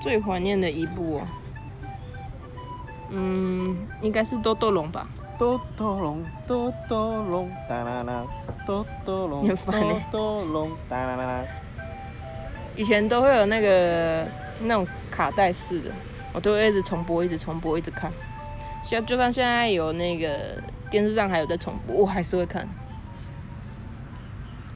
最怀念的一部哦，嗯，应该是《豆豆龙》吧。哆哆龙，哆哆龙，哒啦啦，哆哆龙，你很烦欸哆哆龙，哒啦啦啦。以前都会有那个那种卡带式的，我都会一直重播，一直重播，一直看。像就算现在有那个电视上还有在重播，我还是会看。